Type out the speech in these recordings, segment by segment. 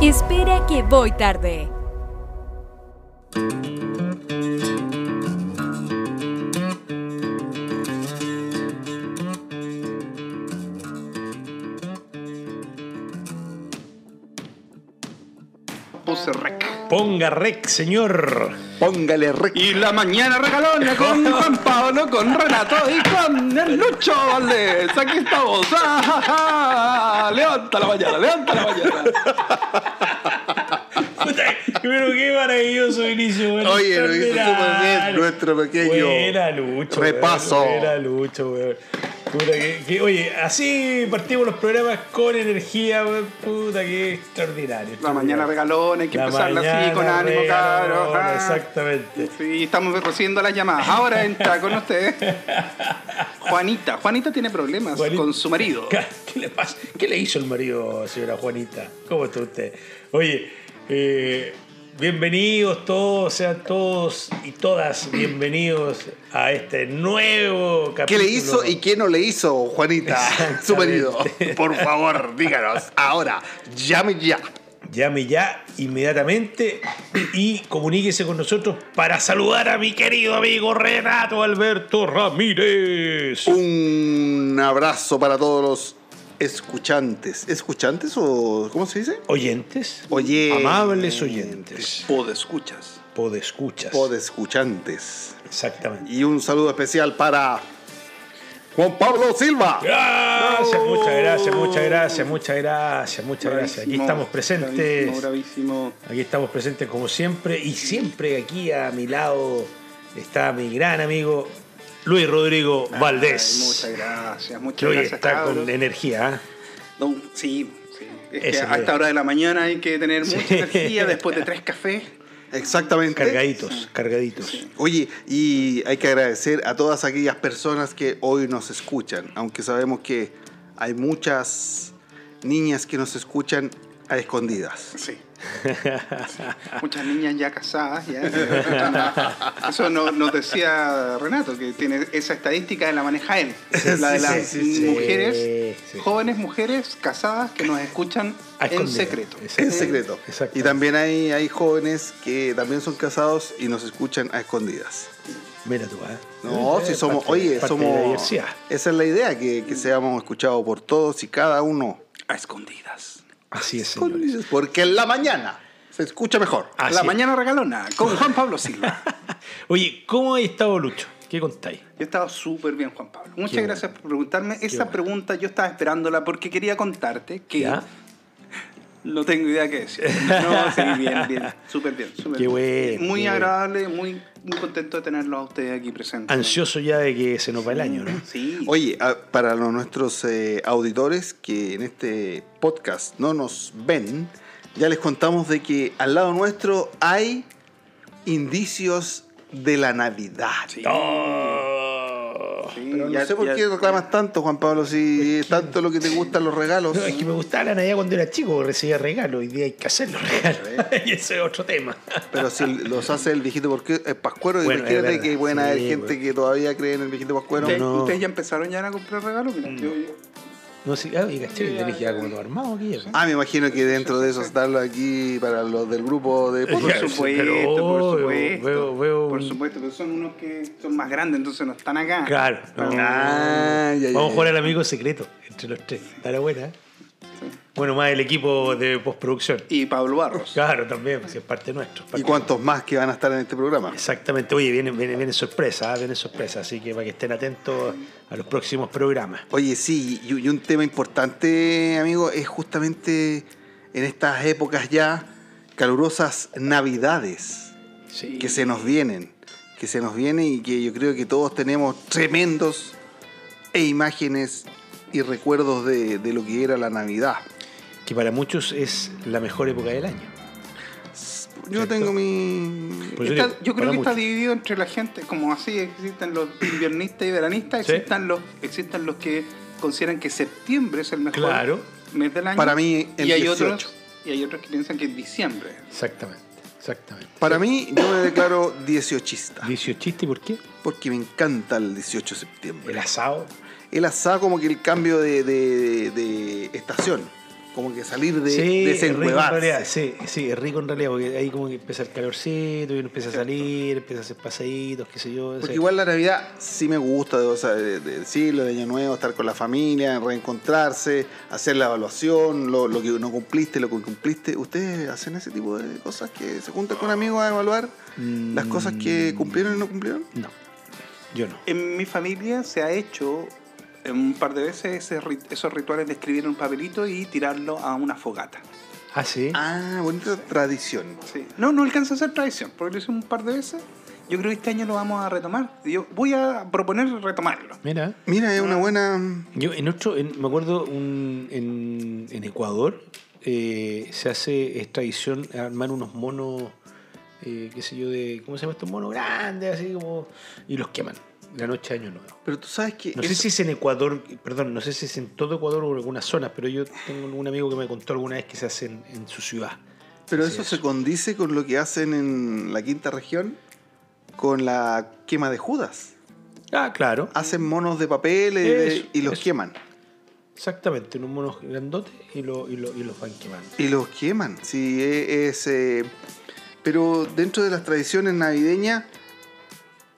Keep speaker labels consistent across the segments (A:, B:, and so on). A: Espera que voy tarde.
B: Puse rec.
C: Ponga rec, señor.
B: Póngale rec. Y la mañana regalona con Juan Pablo, con Renato y con el Lucho Valdés. Aquí estamos. Ah, ah, ah. Levanta la mañana, levanta la mañana.
C: Puta, Pero qué maravilloso inicio, güey.
D: Oye, lo hizo
C: Buena,
D: súper bien,
C: Lu-
D: nuestro pequeño
C: Buena, Lucho, güey.
D: repaso.
C: Buena, Lucho, güey. Puta, que, que- oye, así partimos los programas con energía, güey. Puta, qué extraordinario.
B: La mañana regalona, hay que empezarla así, con
C: mañana
B: ánimo, claro.
C: regalona,
B: ah.
C: Exactamente.
B: Sí, estamos recibiendo las llamadas. Ahora entra con ustedes. Juanita. Juanita tiene problemas
C: Juanita.
B: con su marido.
C: ¿Qué le pasa? ¿Qué le hizo el marido, señora Juanita? ¿Cómo está usted? Oye, eh, bienvenidos todos, sean todos y todas bienvenidos a este nuevo
D: ¿Qué
C: capítulo.
D: le hizo y qué no le hizo Juanita, su marido? Por favor, díganos. Ahora, llame ya.
C: Llame ya inmediatamente y comuníquese con nosotros para saludar a mi querido amigo Renato Alberto Ramírez.
D: Un abrazo para todos los escuchantes. ¿Escuchantes o cómo se dice?
C: Oyentes.
D: Oye. eh,
C: Amables oyentes.
B: O de escuchas.
C: Podescuchas.
D: Podescuchantes.
C: Exactamente.
D: Y un saludo especial para Juan Pablo Silva.
C: Gracias, muchas gracias, muchas gracias, muchas gracias, muchas gracias. Aquí
B: Bravísimo,
C: estamos
B: bravísimo,
C: presentes,
B: bravísimo.
C: aquí estamos presentes como siempre y siempre aquí a mi lado está mi gran amigo Luis Rodrigo
B: Ay,
C: Valdés,
B: muchas gracias, muchas
C: que hoy
B: gracias.
C: está
B: cabros.
C: con energía. ¿eh?
B: No, sí, sí. Es
C: Ese
B: que a
C: es.
B: esta hora de la mañana hay que tener mucha
C: Sí.
B: energía después de tres cafés.
D: Exactamente.
C: Cargaditos, cargaditos.
D: Oye, y hay que agradecer a todas aquellas personas que hoy nos escuchan, aunque sabemos que hay muchas niñas que nos escuchan a escondidas.
B: Sí. Muchas niñas ya casadas. Ya. Eso no- nos decía Renato, que tiene esa estadística de la maneja él. La de
D: Sí,
B: las
D: sí, sí, sí.
B: mujeres,
C: Sí, sí.
B: jóvenes mujeres casadas que nos escuchan
C: A
B: en
C: escondidas.
B: secreto.
C: Exacto.
D: En secreto.
C: Exacto.
D: Y también hay, hay jóvenes que también son casados y nos escuchan a escondidas.
C: Mira tú, ¿eh?
D: No,
C: Eh,
D: si somos,
C: parte-
D: oye,
C: parte de la
D: somos...
C: diversidad.
D: Esa es la idea, que, que seamos escuchados por todos y cada uno.
B: A escondidas.
C: Así es, señores.
D: Porque en la mañana se escucha mejor.
C: Así
B: la
C: es.
B: mañana regalona con Juan Pablo Silva.
C: Oye, ¿cómo ha estado Lucho? ¿Qué contáis?
B: Yo estaba súper bien, Juan Pablo. Muchas
C: bueno.
B: gracias por preguntarme. Esa
C: bueno.
B: pregunta yo estaba esperándola porque quería contarte que
C: ¿Ya?
B: no tengo idea qué decir. No, sí, bien, bien. Súper bien, súper
C: Qué
B: bien.
C: bueno,
B: Muy
C: qué
B: agradable, muy, muy contento de tenerlos a ustedes aquí presentes.
C: Ansioso ya de que se nos va el año, ¿no?
B: Sí.
D: Oye, a- para los- nuestros eh, auditores que en este podcast no nos ven, ya les contamos de que al lado nuestro hay indicios de la Navidad.
B: Sí.
C: Oh.
B: Sí,
D: Pero no
B: ya-
D: sé por
B: ya-
D: qué reclamas tanto, Juan Pablo, si es tanto lo que te gustan los regalos.
C: No, es que me gustaba la Navidad cuando era chico, porque recibía regalos. Hoy día hay que hacer los regalos. y ese es otro tema.
D: Pero si los hace el viejito porque es pascuero,
C: Bueno, es
D: imagínate
C: verdad.
D: que pueden haber
C: Sí,
D: gente
C: bueno.
D: que todavía cree en el viejito pascuero.
B: ¿Ustedes,
C: no.
B: ustedes ya empezaron ya a comprar regalos? Mira, yo- yo-
C: No sé, ah, y caché, tenés que ir como todo armado aquí. ya.
D: Ah, me imagino que dentro de eso darlo aquí para los del grupo de
B: Por
C: Ya, sí,
B: supuesto,
C: pero
B: por
C: obvio,
B: supuesto.
C: veo- veo
B: por
C: un-
B: supuesto, pero son unos que son más grandes, entonces no están acá.
C: Claro. no.
D: Ah, ya, ya,
C: Vamos a
D: ya.
C: jugar al amigo secreto entre los tres. Estará buena. ¿eh? Bueno, más el equipo de postproducción.
B: Y Pablo Barros.
C: Claro, también, porque es parte nuestro.
D: ¿Y
C: parte-
D: cuántos más que van a estar en este programa?
C: Exactamente. Oye, viene, viene, viene sorpresa, ¿ah? viene sorpresa. Así que para que estén atentos a los próximos programas.
D: Oye, sí, y, y un tema importante, amigo, es justamente en estas épocas ya calurosas navidades
C: Sí.
D: que se nos vienen, que se nos vienen y que yo creo que todos tenemos tremendos e imágenes y recuerdos de, de lo que era la Navidad.
C: Que para muchos es la mejor época del año.
D: Yo
C: Cierto.
D: tengo mi...
C: Por eso
B: Está-
C: digo,
B: yo creo
C: Pues para
B: que está
C: muchos.
B: dividido entre la gente, como así existen los inviernistas y veranistas,
C: Sí.
B: existen los existen los que consideran que septiembre es el mejor
C: Claro.
B: mes del año.
D: Para mí, el
B: y hay
D: 18.
B: otros y hay otros que piensan que es diciembre.
C: Exactamente. Exactamente.
D: Para mí, yo me declaro 18ista,
C: 18 y por qué?
D: porque me encanta el 18 de septiembre.
C: El asado.
D: El asado como que el cambio de, de- de estación. como que salir de,
C: sí,
D: de
C: es
D: ese
C: rico en
D: encuevarse.
C: realidad, sí, sí, es rico en realidad, porque ahí como que empieza el calorcito y uno empieza a salir, empieza a hacer paseitos, qué sé yo. o
D: Porque
C: sea,
D: igual la Navidad sí me gusta, o sea, de- de- decirlo, de Año Nuevo, estar con la familia, reencontrarse, hacer la evaluación, lo, lo que no cumpliste, lo que cumpliste. ¿Ustedes hacen ese tipo de cosas que se juntan con amigos a evaluar las cosas
C: Mm.
D: que cumplieron y no cumplieron?
C: No, yo no.
B: En mi familia se ha hecho eh, un par de veces ese rit- esos rituales de escribir en un papelito y tirarlo a una fogata.
C: Ah, sí.
D: Ah, bonita tradición.
B: Sí. No, no alcanza a ser tradición, porque lo hice un par de veces. Yo creo que este año lo vamos a retomar. Y Yo voy a proponer retomarlo.
C: Mira.
D: Mira, es
C: Ah.
D: una buena...
C: Yo en otro, en- me acuerdo un- en, en Ecuador eh, se hace es tradición armar unos monos, eh, qué sé yo, de cómo se llama estos monos grandes así como y los queman la noche de año nuevo.
D: Pero tú sabes que...
C: No sé
D: eso-
C: si es en Ecuador, perdón, no sé si es en todo Ecuador o en algunas zonas, pero yo tengo un amigo que me contó alguna vez que se hace en, en su ciudad.
D: Pero
C: Sí,
D: eso
C: eso.
D: se condice con lo que hacen en la quinta región, con la quema de Judas.
C: Ah, claro.
D: Hacen monos de papel eh, de-
C: Eso,
D: y los
C: eso.
D: queman.
C: Exactamente, unos monos grandotes y, lo- y, lo- y los van quemando.
D: Y los queman, sí, e- es... eh, pero dentro de las tradiciones navideñas,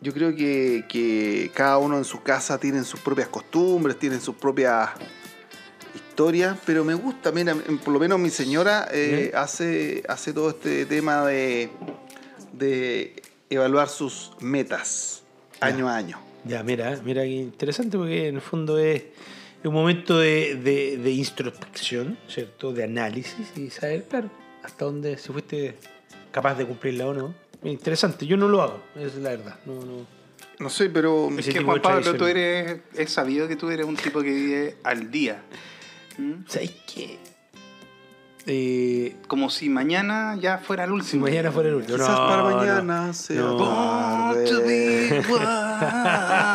D: yo creo que, que cada uno en su casa tiene sus propias costumbres, tienen sus propias historias, pero me gusta, mira, m- por lo menos mi señora eh, hace, hace todo este tema de, de evaluar sus metas año a año.
C: Ya, mira, mira qué interesante porque en el fondo es un momento de, de- de introspección, ¿cierto? De análisis y saber, claro, hasta dónde si fuiste capaz de cumplirla o no. Mira, Interesante, yo no lo hago, es la verdad. No, no.
D: No sé, pero...
C: Ese
B: es que
C: tipo
B: Juan
C: de
B: Pablo,
C: tradición.
B: tú eres, es sabido que tú eres un tipo que vive al día. ¿Mm?
C: ¿Sabes qué? Eh,
B: Como si mañana ya fuera el
C: si
B: último.
C: mañana fuera el último.
D: Quizás
C: No,
D: para
C: no.
D: mañana sea
C: No.
B: Born to
D: tarde.
B: be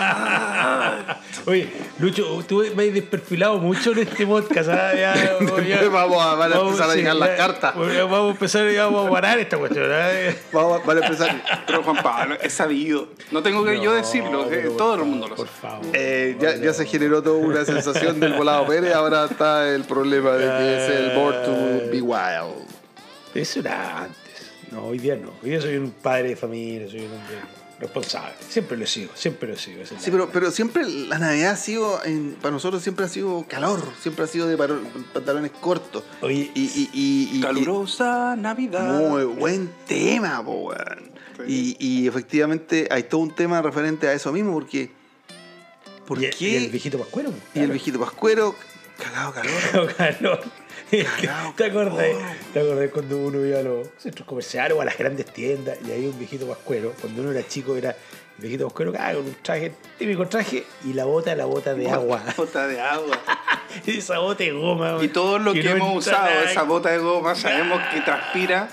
B: wild.
C: Oye, Lucho, tú me has desperfilado mucho en este podcast. ¿ah? Ya, ya-
D: vamos a- van a empezar a
C: sí,
D: llegar las
C: ya-
D: cartas.
C: Vamos a empezar ya vamos a parar esta cuestión. ¿ah?
D: Vamos, a- vale, empezar.
B: Pero Juan Pablo, es sabido. No tengo que yo decirlo, eh,
C: pero por
B: todo el
C: favor,
B: mundo lo
C: Por
B: sabe.
C: favor.
D: Eh, ya, ya se generó toda una sensación del volado Pérez, ahora está el problema de que es el Born to Be Wild.
C: Eso era antes. No, hoy día no. Hoy día soy un padre de familia, soy un hombre responsable. Siempre lo sigo, siempre lo sigo. esa es
D: Sí,
C: la-
D: pero, pero siempre la Navidad ha sido, en- para nosotros siempre ha sido calor, siempre ha sido de paro- pantalones cortos.
C: Oye,
D: Y, y- y- y-
B: Calurosa Navidad.
D: Muy buen tema, po, weón.
B: Sí.
D: Y, y efectivamente hay todo un tema referente a eso mismo, porque... ¿Por
C: y,
D: qué?
C: y el viejito pascuero? pues,
D: y el
C: claro.
D: viejito pascuero, cagado calor.
C: Cagado calor.
D: Cagado
C: ¿Te acordás?
D: calor.
C: ¿Te acordás cuando uno iba a los centros comerciales o a las grandes tiendas y había un viejito pascuero? Cuando uno era chico era el viejito pascuero, ah, con un traje, típico traje, y la bota, la bota de agua.
B: Bota de agua.
C: esa bota de goma.
B: Y
C: güey,
B: todo lo que,
C: no
B: hemos
C: entra
B: usado,
C: nada.
B: esa bota de goma, sabemos que transpira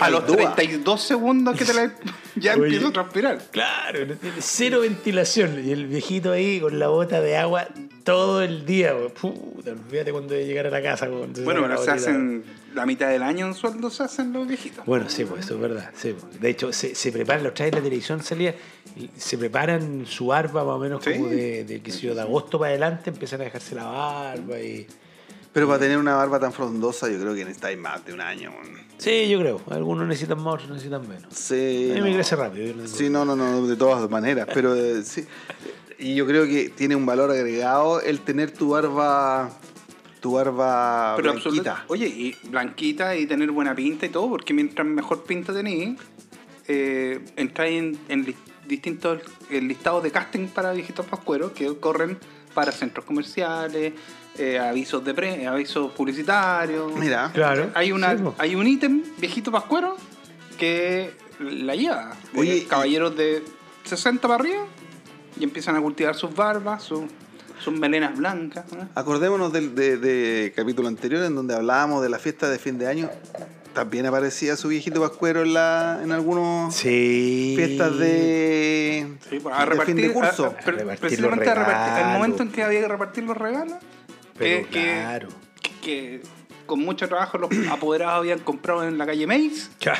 B: a los
D: Sin duda.
B: 32 segundos que te la ya
C: Oye.
B: empiezo a transpirar.
C: Claro, no tiene- cero ventilación. Y el viejito ahí con la bota de agua todo el día. güey. Puta, olvídate cuando de llegar a la casa. güey, entonces
B: Bueno,
C: la
B: pero se
C: botita.
B: hacen la mitad del año en sueldo, se hacen los viejitos.
C: Bueno, sí, pues eso es verdad. sí, pues. De hecho, se, se preparan, los trajes de la televisión salía, y se preparan su barba más o menos
B: Sí.
C: como de, de, qué sé yo, de agosto para adelante, empiezan a dejarse la barba y.
D: Pero para tener una barba tan frondosa, yo creo que necesitáis más de un año. weón.
C: Sí, yo creo. Algunos necesitan más, otros necesitan menos.
D: Sí,
C: a mí
D: no.
C: me crece rápido. yo no tengo-
D: Sí, no, no, no, de todas maneras. Pero eh, sí. Y yo creo que tiene un valor agregado el tener tu barba. Tu barba
B: pero
D: blanquita.
B: absoluta- Oye, y blanquita y tener buena pinta y todo, porque mientras mejor pinta tenés, eh, entráis en, en li- distintos eh, listados de casting para viejitos pascueros que corren para centros comerciales, eh, avisos de pre, avisos publicitarios.
D: Mira.
C: Claro.
B: Hay, una,
C: sí, pues.
B: hay un ítem viejito pascuero que la lleva. De
D: Oye, y-
B: caballeros de 60 para arriba y empiezan a cultivar sus barbas, sus, sus melenas blancas. ¿no?
D: Acordémonos del de- de capítulo anterior en donde hablábamos de la fiesta de fin de año. También aparecía su viejito pascuero en, la, en algunos
C: Sí.
D: fiestas de,
B: Sí, pues,
D: de
B: a repartir,
D: fin de curso.
B: a- a- pero-
C: A repartir
B: precisamente
C: los
B: a repartir. El
C: regalos.
B: momento en que había que repartir los regalos,
C: Pero
B: es Eh, que,
C: claro.
B: que con mucho trabajo los apoderados habían comprado en la calle Mace
C: Ya.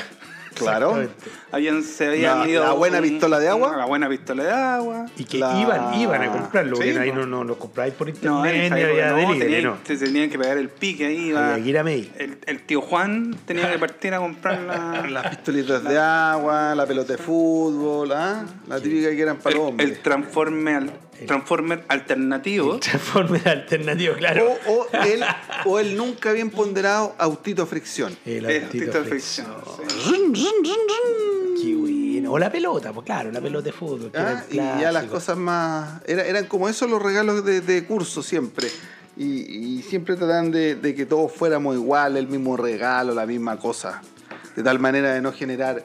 D: Claro.
C: Exactamente.
B: Habían, se habían
D: La-
B: ido
D: la buena pistola de agua.
B: La buena pistola de agua.
C: Y que
D: La- pues.
C: iban, iban a comprarlo,
B: Sí,
C: porque ahí
B: no.
C: no, no lo compráis por internet,
B: No, en
C: ni
B: esa
C: había
B: época no,
C: delivery,
B: tenían-
C: no.
B: te tenían que pagar el pique ahí. va.
C: Había que ir a mail.
B: El, el tío Juan tenía que partir a comprar la,
D: Las pistolitas de agua, la pelota de fútbol, ¿ah? la típica que eran para
B: el,
D: hombres.
B: el Transformer, al- Transformer alternativo.
C: Transformer alternativo, claro.
D: O, o el, o el nunca bien ponderado autito a fricción.
C: El
B: Eh, Tito
C: Flex.
B: Flex, sí.
D: Run, run, run, run.
C: Qué bueno. O la pelota, pues claro, la pelota de fútbol. que era
D: Ah,
C: el
D: Y ya las
C: clásico.
D: cosas más... era- eran como esos los regalos de, de curso siempre. Y, y siempre trataban de, de que todos fuéramos igual, el mismo regalo, la misma cosa. De tal manera de no generar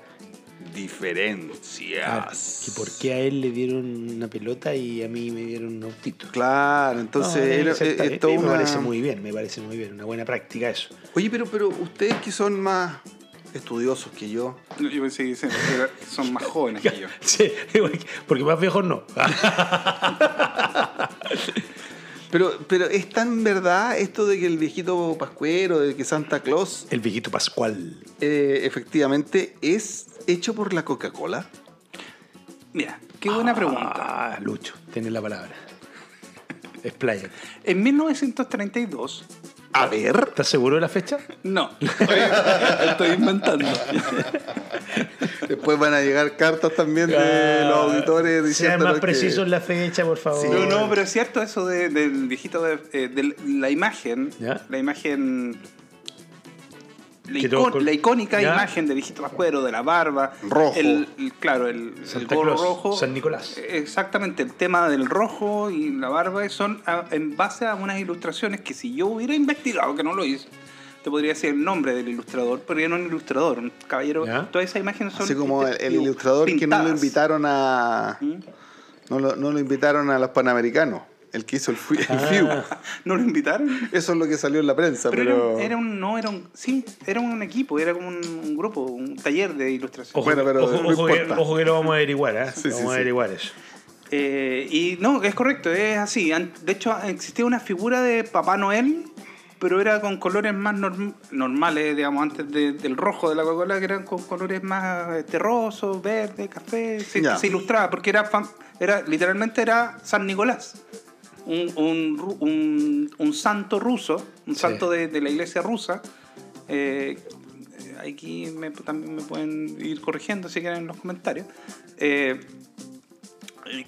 C: Ah,
D: diferencias.
C: ¿Y por qué a él le dieron una pelota y a mí me dieron un autito?
D: Claro, entonces
C: No,
D: era,
C: tiene que ser tal-
D: es toda
C: eh,
D: una...
C: Me parece muy bien, me parece muy bien. Una buena práctica eso.
D: Oye, pero, pero ustedes que son más estudiosos que yo,
B: No, Yo pensé que se- era- son más jóvenes que yo.
C: Sí, porque más viejos no. Ah,
D: pero, pero ¿es tan verdad esto de que el viejito Pascuero, de que Santa Claus,
C: El viejito Pascual.
D: eh, efectivamente es hecho por la Coca-Cola?
B: Mira, qué buena pregunta.
C: Ah, Lucho, tienes la palabra. Es playa.
B: En 1932,
D: A ver.
C: ¿Estás seguro de la fecha?
B: no, estoy, estoy inventando.
D: Después van a llegar cartas también de los auditores
C: Sean
D: diciendo
C: Ah, más precisos en la fecha, por favor.
D: Sí,
B: No, no, pero es cierto eso de- del viejito, de, eh, de la imagen,
C: Ya.
B: la imagen, la,
C: Que todos
B: icon-
C: con-
B: la icónica
C: Ya.
B: imagen del viejito Pascuero, de la barba,
D: Rojo.
B: el, el- claro, el, el
C: Santa
B: gorro
C: Claus,
B: rojo,
C: San Nicolás.
B: Eh, Exactamente, el tema del rojo y la barba son a- en base a unas ilustraciones que si yo hubiera investigado, que no lo hice, te podría decir el nombre del ilustrador, pero era un ilustrador, un caballero.
C: Ya.
B: Todas esas imágenes son
D: Así como el, el
B: dibu-
D: ilustrador que no lo
B: pintadas.
D: invitaron a.
B: ¿Mm?
D: No lo, no lo invitaron a los panamericanos. El que hizo el, fi- el
C: Ah.
D: FIU.
B: ¿No lo invitaron?
D: Eso es lo que salió en la prensa.
B: Pero,
D: Pero,
B: Era, un, era un- no, era un, sí, era un equipo, era como un, un grupo, un taller de ilustración.
C: Ojo,
D: Bueno, pero
C: ojo,
D: no
C: ojo que,
D: importa.
C: ojo que lo vamos a averiguar, ¿eh? Lo
D: Sí, sí,
C: vamos a
D: sí.
C: averiguar eso.
B: Eh, y no, es correcto, es así. An- De hecho, existía una figura de Papá Noel, pero era con colores más norm- normales, digamos, antes de- del rojo de la Coca-Cola, que eran con colores más eh, terrosos, verde, café. Se,
D: Ya.
B: se ilustraba, porque era, fan- era literalmente era San Nicolás. Un, un ru- un- un santo ruso, un
C: Sí.
B: santo de, de la iglesia rusa. eh, aquí me- también me pueden ir corrigiendo si quieren en los comentarios. Eh,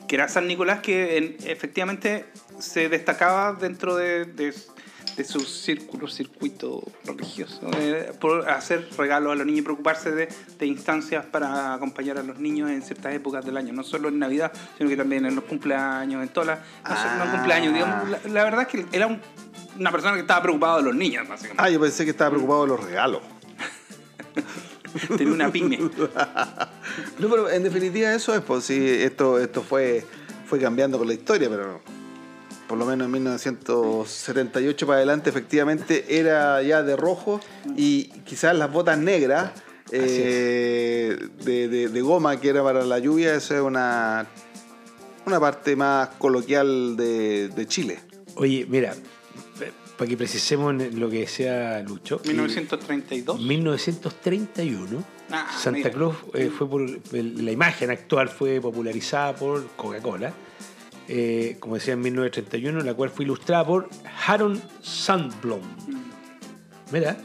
B: que era San Nicolás que en- efectivamente se destacaba dentro de, de- de su círculo, circuito religioso, eh, por hacer regalos a los niños y preocuparse de, de instancias para acompañar a los niños en ciertas épocas del año, no solo en Navidad, sino que también en los cumpleaños, en todas las... No, solo en los
D: Ah.
B: cumpleaños, digamos, la, la verdad es que era un- una persona que estaba preocupada de los niños, básicamente.
D: Ah, yo pensé que estaba preocupado de los regalos.
B: Tenía una pyme.
D: No, pero en definitiva eso es, pues sí, esto, esto fue, fue cambiando con la historia, pero por lo menos en 1978 para adelante efectivamente era ya de rojo y quizás las botas negras eh, de, de- de goma que era para la lluvia, eso es una, una parte más coloquial de, de Chile.
C: Oye, mira, eh, para que precisemos en lo que decía Lucho. eh,
B: 1932.
C: 1931,
B: Ah,
C: Santa
B: mira.
C: Claus eh, fue por el- la imagen actual fue popularizada por Coca-Cola, eh, como decía en 1931, la cual fue ilustrada por Harold Sandblom.
B: Mm.
C: Mira,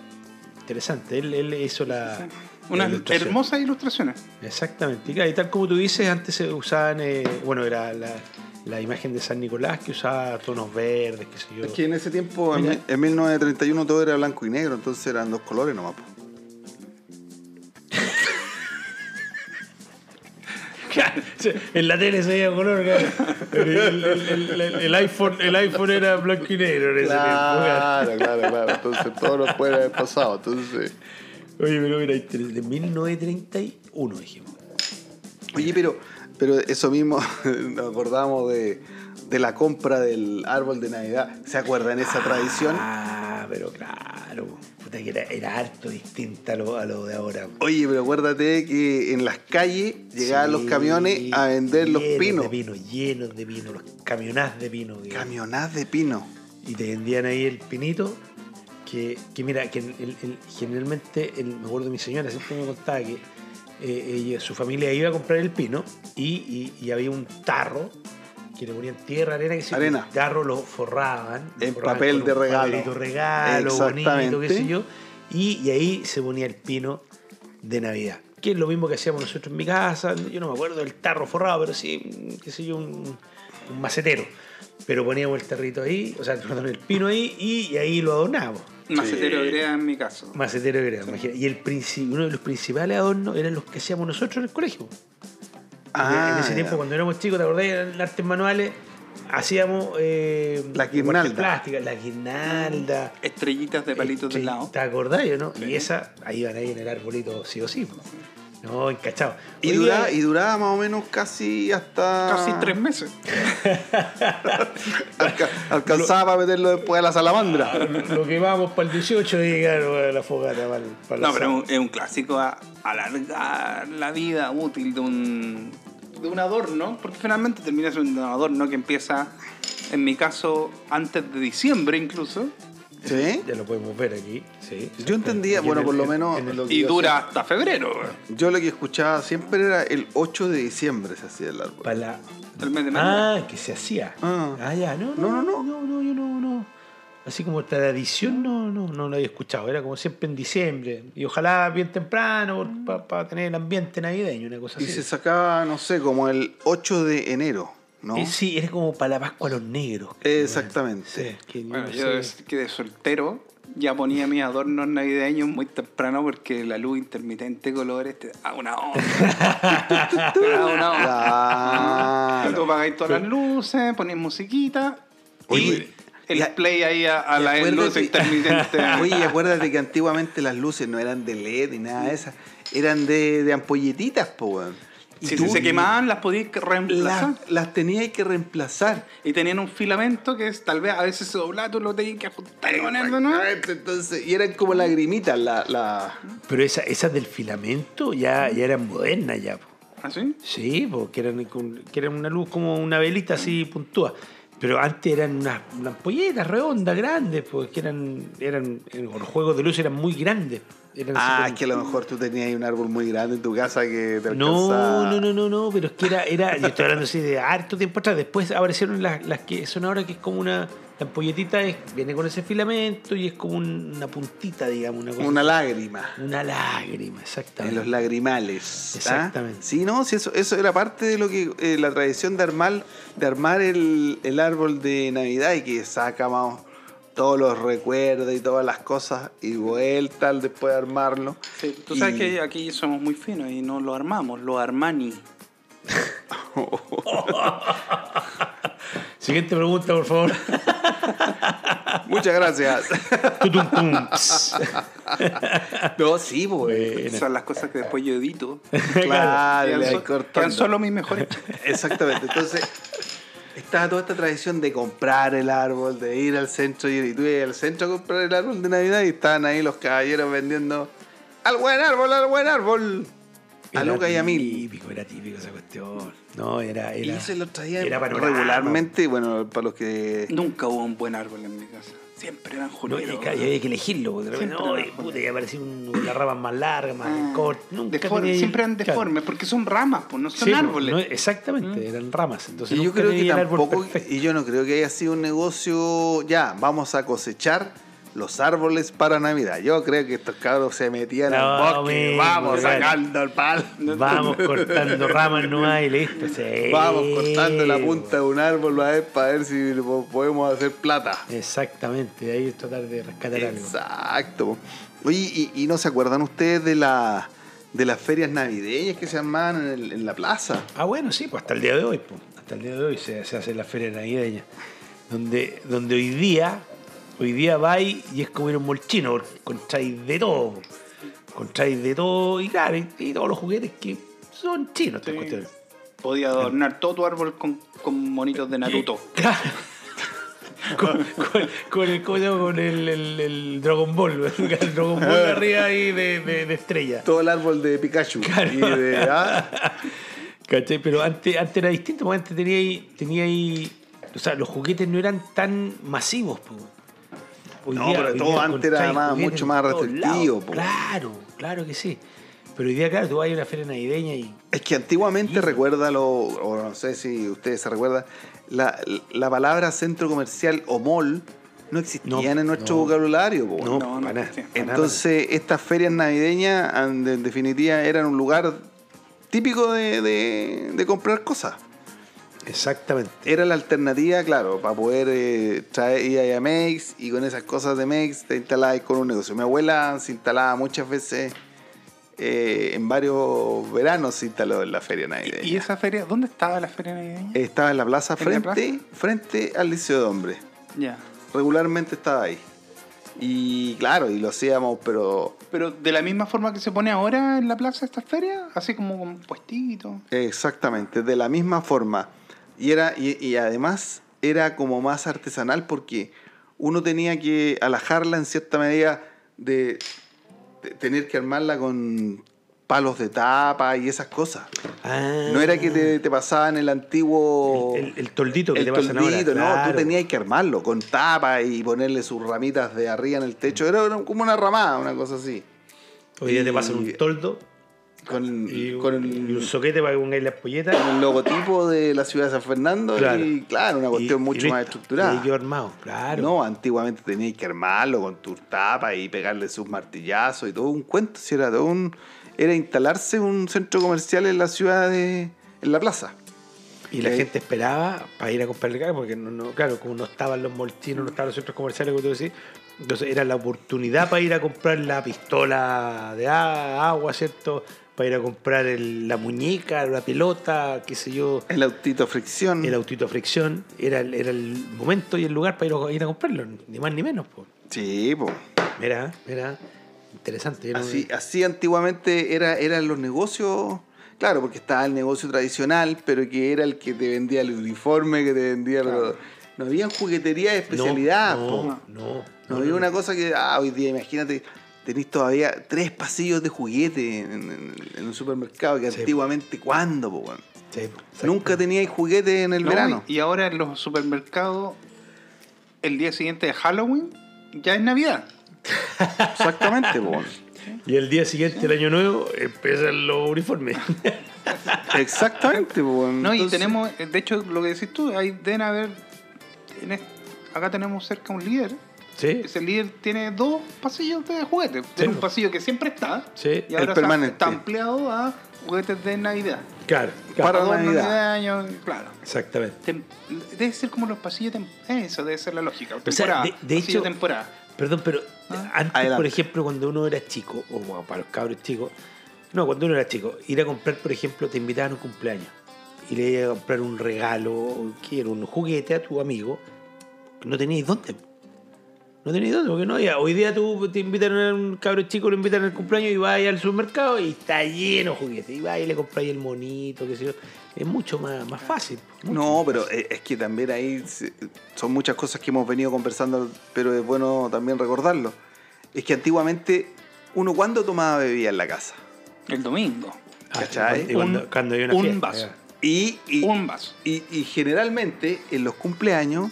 C: interesante, él, él hizo la, la
B: Unas
C: ilustración.
B: hermosas ilustraciones.
C: Exactamente, y claro, y tal como tú dices, antes se usaban, eh, bueno, era la, la imagen de San Nicolás que usaba tonos verdes, qué sé yo.
D: Es que en ese tiempo, en,
C: Mira.
D: mi- en 1931 todo era blanco y negro, entonces eran dos colores nomás. pues.
C: Claro, en la tele se veía color, claro. el, el- el- el- el iPhone, el iPhone era blanco y negro en ese tiempo, claro.
D: Claro, claro, claro. Entonces todo lo puede haber pasado. Entonces.
C: Oye, pero mira, el de 1931 dijimos.
D: Oye, pero, pero eso mismo nos acordamos de, de la compra del árbol de Navidad. ¿Se acuerdan esa tradición?
C: Ah, pero claro. Puta que era, era harto distinta a lo, a lo de ahora.
D: Oye, pero acuérdate que en las calles llegaban los camiones a vender los
C: llenos
D: pinos.
C: De vino, llenos de vino, los camionás de vino. digamos.
D: Camionás de pino.
C: y te vendían ahí el pinito que, que mira que el- el- el- generalmente el, me acuerdo de mi señora siempre me contaba que eh, ella- su familia iba a comprar el pino y, y- y había un tarro que le ponían tierra, arena, que se
D: Arena.
C: el tarro lo forraban. lo
D: En
C: forraban
D: papel
C: con
D: de
C: un
D: regalo.
C: papelito regalo, bonito, qué
D: Exactamente.
C: sé yo. Y, y ahí se ponía el pino de Navidad. Que es lo mismo que hacíamos nosotros en mi casa. Yo no me acuerdo del tarro forrado, pero sí, qué sé yo, un, un macetero. Pero poníamos el tarrito ahí, o sea, perdón, el pino ahí y, y ahí lo adornábamos.
B: Macetero Grea en mi caso.
C: Macetero que era, imagina. Y el princi- uno de los principales adornos eran los que hacíamos nosotros en el colegio. en ese
D: Ah, ya.
C: tiempo, cuando éramos chicos, ¿te acordás? Eran artes manuales, hacíamos. Eh,
D: La guirnalda.
C: guardias plásticas, la guirnalda.
B: Estrellitas de palitos
C: Este,
B: del lado.
C: ¿Te acordás o no? Y esa, ahí van ahí en el arbolito, sí o sí. No, encachado.
D: Y
C: Hoy
D: duraba,
C: día-
D: y duraba más o menos casi hasta.
B: Casi tres meses.
D: Alca- alcanzaba para meterlo después a la salamandra.
C: Lo que vamos para el 18 y claro, a eh, la fogata para el- para la
B: No, pero es
C: sala.
B: un, es un clásico a- alargar la vida útil de un, de un adorno, porque finalmente termina siendo un adorno que empieza, en mi caso, antes de diciembre incluso,
D: ¿Sí?
C: Ya lo podemos ver aquí, sí.
D: Yo entendía,
C: Aquí en
D: bueno,
C: el-
D: por lo
C: en-
D: menos.
C: en el-
D: lo que
B: y
D: yo
B: dura hasta febrero,
D: hacía- Yo lo que escuchaba siempre era el 8 de diciembre se hacía el árbol.
C: para la-
B: el mes de mayo.
C: Ah, que se hacía.
D: Ah.
C: Ah, ya, no, no, no,
D: No, no, no.
C: no, no, yo no, no. Así como tradición no, no, no lo había escuchado. Era como siempre en diciembre. Y ojalá bien temprano para tener el ambiente navideño, una cosa
D: Y
C: así.
D: se sacaba, no sé, como el 8 de enero, ¿no?
C: Eh, sí, era como para la Pascua a los negros.
D: Exactamente.
C: Sí, que yo
B: Bueno,
C: no
B: yo
C: sé.
B: es que de soltero ya ponía mis adornos navideños muy temprano porque la luz intermitente colores te da una onda. te da ah, una onda. Tú
D: Claro.
B: apagáis todas las luces, ponéis musiquita
D: Oye,
B: y el
D: ya-
B: play ahí a, a
D: y
B: la
D: acuérdate-
B: luz intermitente.
D: Oye, y acuérdate que antiguamente las luces no eran de LED ni nada de esas, eran de, de ampolletitas, po, weón. Y
B: si
D: tú
B: se quemaban, las podías reemplazar.
D: Las, las tenías que reemplazar.
B: Y tenían un filamento que es, tal vez a veces se doblaba, tú lo tenías que ajustar y ponerlo, ¿no?
D: Entonces, y eran como lagrimitas, la, la...
C: Pero esa- esas del filamento ya, ya eran modernas ya. po.
B: ¿Así?
C: Sí, porque eran, con- que eran una luz como una velita así puntúa. Pero antes eran unas, unas polleras redondas, grandes, porque eran, eran, eran- los juegos de luz eran muy grandes. Eran así
D: Ah,
C: como-
D: es que a lo mejor tú tenías ahí un árbol muy grande en tu casa que te
C: no,
D: alcanzaba.
C: no, no, no, no, pero es que era, era yo estoy hablando así de harto tiempo atrás, después aparecieron las, las que son ahora que es como una, la ampolletita es, viene con ese filamento y es como un- una puntita, digamos, una cosa
D: Una
C: así.
D: lágrima.
C: una lágrima, exactamente.
D: En los lagrimales. ¿ah?
C: Exactamente.
D: Sí, no, sí, eso, eso era parte de lo que eh, la tradición de armar, de armar el, el árbol de Navidad y que saca más todos los recuerdos y todas las cosas y vuelta al después de armarlo.
B: Sí, tú sabes
D: Y-
B: que aquí somos muy finos y no lo armamos, lo Armani.
C: Siguiente pregunta, por favor.
D: Muchas gracias.
C: Tutum, tum, ps.
D: no, sí, pues.
C: Buena.
B: Son las cosas que después yo edito.
D: Claro,
B: Quedan
D: le
B: so-
D: vas cortando.
B: quedan solo mis mejores.
D: Exactamente. Entonces, estaba toda esta tradición de comprar el árbol, de ir al centro y, y tú ibas al centro a comprar el árbol de Navidad y estaban ahí los caballeros vendiendo al buen árbol, al buen árbol. A
C: Era
D: Luca y a Mil.
C: Típico, era típico esa cuestión. No, era.
D: Y
C: era
D: se lo traían
C: era panorama.
D: regularmente, bueno, para los que...
B: Nunca hubo un buen árbol en mi casa. Siempre eran
C: No, y,
B: juleros.
C: ca- y había que elegirlo. Porque de repente,
B: Siempre
C: no,
B: era
C: y
B: mejor.
C: puta, y aparecía un- la rama más larga, más
B: Ah,
C: corta. Nunca
B: deforme-
C: tenía-
B: siempre eran
C: claro.
B: deformes porque son ramas, pues no son
C: Sí,
B: árboles.
C: no, exactamente, eran ramas. Entonces,
D: Mm. Y yo
C: nunca
D: creo que
C: tenía el árbol
D: tampoco,
C: perfecto.
D: y yo no creo que haya sido un negocio, ya, vamos a cosechar los árboles para Navidad. Yo creo que estos cabros se metían
C: No,
D: al bosque,
C: amigo,
D: vamos
C: claro.
D: sacando el palo.
C: Vamos cortando ramas no hay, listo. sí.
D: Vamos cortando la punta de un árbol a ver, para ver si po- podemos hacer plata.
C: Exactamente, de ahí tratar de rescatar algo.
D: Exacto. Oye, ¿y, y no se acuerdan ustedes de, la, de las ferias navideñas que se armaban en, el- en la plaza?
C: Ah, bueno, sí, pues hasta el día de hoy, pues. Hasta el día de hoy se, se hace la feria navideña. Donde, donde hoy día, hoy día vais y es como ir a un molchino, porque encontráis de todo. Encontráis de todo y claro, y, y todos los juguetes que son chinos estas
B: Sí.
C: cuestiones.
B: Podía adornar todo tu árbol con, con monitos de Naruto.
C: Claro. Con, con- con el, ¿cómo se llama? con el, el- el Dragon Ball, el Dragon Ball arriba ahí de, de- de estrella.
D: Todo el árbol de Pikachu. Y de- ah,
C: ¿Cachai? Pero antes, antes era distinto, porque antes tenía ahí, tenía ahí. O sea, los juguetes no eran tan masivos, po. Hoy
D: No, pero
C: hoy
D: todo antes era
C: encontráis
D: más-
C: juguetes
D: mucho
C: en
D: más
C: todos
D: restrictivo, pues.
C: lados.
D: po.
C: Claro, claro que sí. Pero hoy día, claro, tú vas a una feria navideña y.
D: Es que antiguamente,
C: Guido.
D: recuerda lo, o no sé si ustedes se recuerdan, la, la palabra centro comercial o mall no existían
C: No,
D: en nuestro
C: no.
D: vocabulario. po.
C: No,
B: no,
C: para nada.
B: sí.
C: para nada.
D: Entonces, estas ferias navideñas, and- en definitiva, eran un lugar típico de, de- de comprar cosas.
C: Exactamente.
D: Era la alternativa, claro, para poder eh, traer ir ahí a Mex y con esas cosas de Mex te instalabas con un negocio. Mi abuela se instalaba muchas veces, eh, en varios veranos se instaló en la feria navideña.
B: ¿Y esa feria? ¿Dónde estaba la feria navideña?
D: Estaba en la plaza
B: ¿En la
D: frente, frente al Liceo de Hombres.
B: Ya.
D: Regularmente estaba ahí. Y claro, y lo hacíamos, pero
B: Pero de la misma forma que se pone ahora en la plaza esta feria, así como con puestitos.
D: exactamente, de la misma forma. Y era, y, y además era como más artesanal porque uno tenía que alajarla en cierta medida de, de tener que armarla con palos de tapa y esas cosas.
C: Ah.
D: No era que te, te pasaban el antiguo.
C: El, el toldito que
D: el
C: te pasan
D: toldito,
C: ahora.
D: no, tú
C: claro.
D: tenías que armarlo con tapa y ponerle sus ramitas de arriba en el techo. Era una- como una ramada, una cosa así.
C: Ah. Hoy día
D: y-
C: te pasan un toldo
D: Con,
C: y un,
D: con
C: y un
D: el,
C: soquete para que pongáis las polletas.
D: con el logotipo de la ciudad de San Fernando
C: Claro.
D: y claro, una cuestión
C: Y- y
D: mucho
C: listo.
D: más
C: Y
D: estructurada.
C: ahí quedó armado, claro.
D: No, antiguamente tenías que armarlo con tus tapas y pegarle sus martillazos y todo un cuento. Si era todo un, era instalarse un centro comercial en la ciudad de. en la plaza.
C: Y la
D: Eh,
C: gente esperaba para ir a comprar el carro, porque no, no- claro, como no estaban los moltinos, no estaban los centros comerciales, como tú decís, entonces era la oportunidad para ir a comprar la pistola de a- agua, ¿cierto? Para ir a comprar el- la muñeca, la pelota, qué sé yo,
D: El autito fricción.
C: el autito a fricción. Era, el- era el momento y el lugar para ir a, ir a comprarlo, ni más ni menos. po.
D: sí, pues.
C: Mira, mira, interesante. yo no-
D: Así, así antiguamente era, eran los negocios, claro, porque estaba el negocio tradicional, pero que era el que te vendía el uniforme, que te vendía...
B: Claro.
D: los- no había juguetería de
C: No,
D: especialidad, po.
C: no,
D: no,
C: no, no,
D: había
C: no.
D: una cosa que, ah, hoy día imagínate, tenés todavía tres pasillos de juguete en, en- en un supermercado, que
C: Sí.
D: antiguamente, ¿cuándo? po, weón?
C: Sí, exacto.
D: Nunca teníais juguete en el
B: No,
D: verano.
B: Y ahora en los supermercados, el día siguiente de Halloween, ya es Navidad.
D: Exactamente, po, weón.
C: Y el día siguiente, el año nuevo, empiezan los uniformes.
D: Exactamente, po, weón.
B: No, y
D: Entonces-
B: tenemos, eh, de hecho, lo que decís tú, ahí deben haber, en es- acá tenemos cerca un líder.
C: ¿Sí?
B: Ese líder tiene dos pasillos de juguetes.
C: Sí.
B: Tiene un pasillo que siempre está
C: Sí.
B: y ahora está-
D: permanente.
B: está ampliado a juguetes de Navidad.
C: Claro, claro.
D: Para
B: Adorno
D: Navidad.
B: navideño, claro.
C: Exactamente.
B: Tem- debe ser como los pasillos tem- Eso debe ser la lógica.
C: O sea,
B: Temporada.
C: de- de
B: pasillo
C: hecho-
B: temporada.
C: Perdón, pero antes,
D: Adelante.
C: por ejemplo, cuando uno era chico, o bueno, para los cabros chicos, no, cuando uno era chico, ir a comprar, por ejemplo, te invitaban a un cumpleaños y le ibas a comprar un regalo, quiero un juguete a tu amigo, no tenías dónde. No tenías dónde, porque no había. Hoy día tú te invitan a un cabro chico, lo invitan al cumpleaños y vas ahí al supermercado y está lleno de juguetes. Y vas y le compras ahí el monito, qué sé yo. Es mucho más, más fácil. mucho
D: No,
C: más
D: pero
C: fácil.
D: eh, es que también ahí se- son muchas cosas que hemos venido conversando, pero es bueno también recordarlo. Es que antiguamente, uno cuando tomaba bebida en la casa.
B: El domingo.
C: Ah,
D: ¿cachai?
C: y cuando,
B: Un-
C: cuando hay una
B: un
C: fiesta,
B: vaso.
D: Y, y,
B: Un vaso.
D: y- y generalmente en los cumpleaños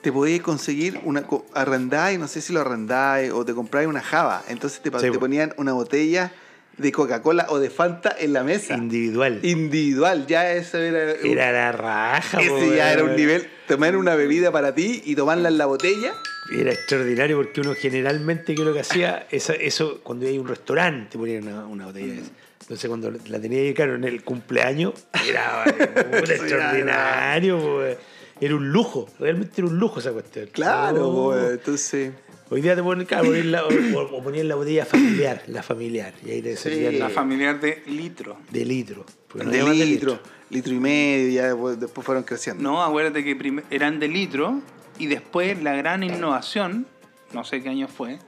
D: te podías conseguir una. co- Arrendáis, no sé si lo arrendáis, o te compráis una java. Entonces te, pa-
C: Sí,
D: te
C: po.
D: ponían una botella de Coca-Cola o de Fanta en la mesa.
C: individual.
D: Individual, ya eso era. un-
C: Era la raja. po,
D: Ese ya era un
C: weón.
D: nivel, tomar una bebida para ti y tomarla en la botella.
C: Era extraordinario porque uno generalmente, que lo que hacía, esa- eso cuando hay un restaurante, te ponían una, una botella de esa. Entonces, cuando la tenía que claro, en el cumpleaños, era puta, extraordinario. po, weón. Era un lujo, realmente era un lujo esa cuestión.
D: Claro,
C: Oh.
D: pues, entonces.
C: Hoy día te ponen, claro, ponían la, o, o ponían la botella familiar, la familiar, y ahí te servían
B: La
C: la-
B: familiar de litro.
C: de litro. porque no
D: de
C: había más
D: litro, litro, y medio, ya después, después fueron creciendo.
B: No, acuérdate que prim- eran de litro y después la gran innovación, no sé qué año fue,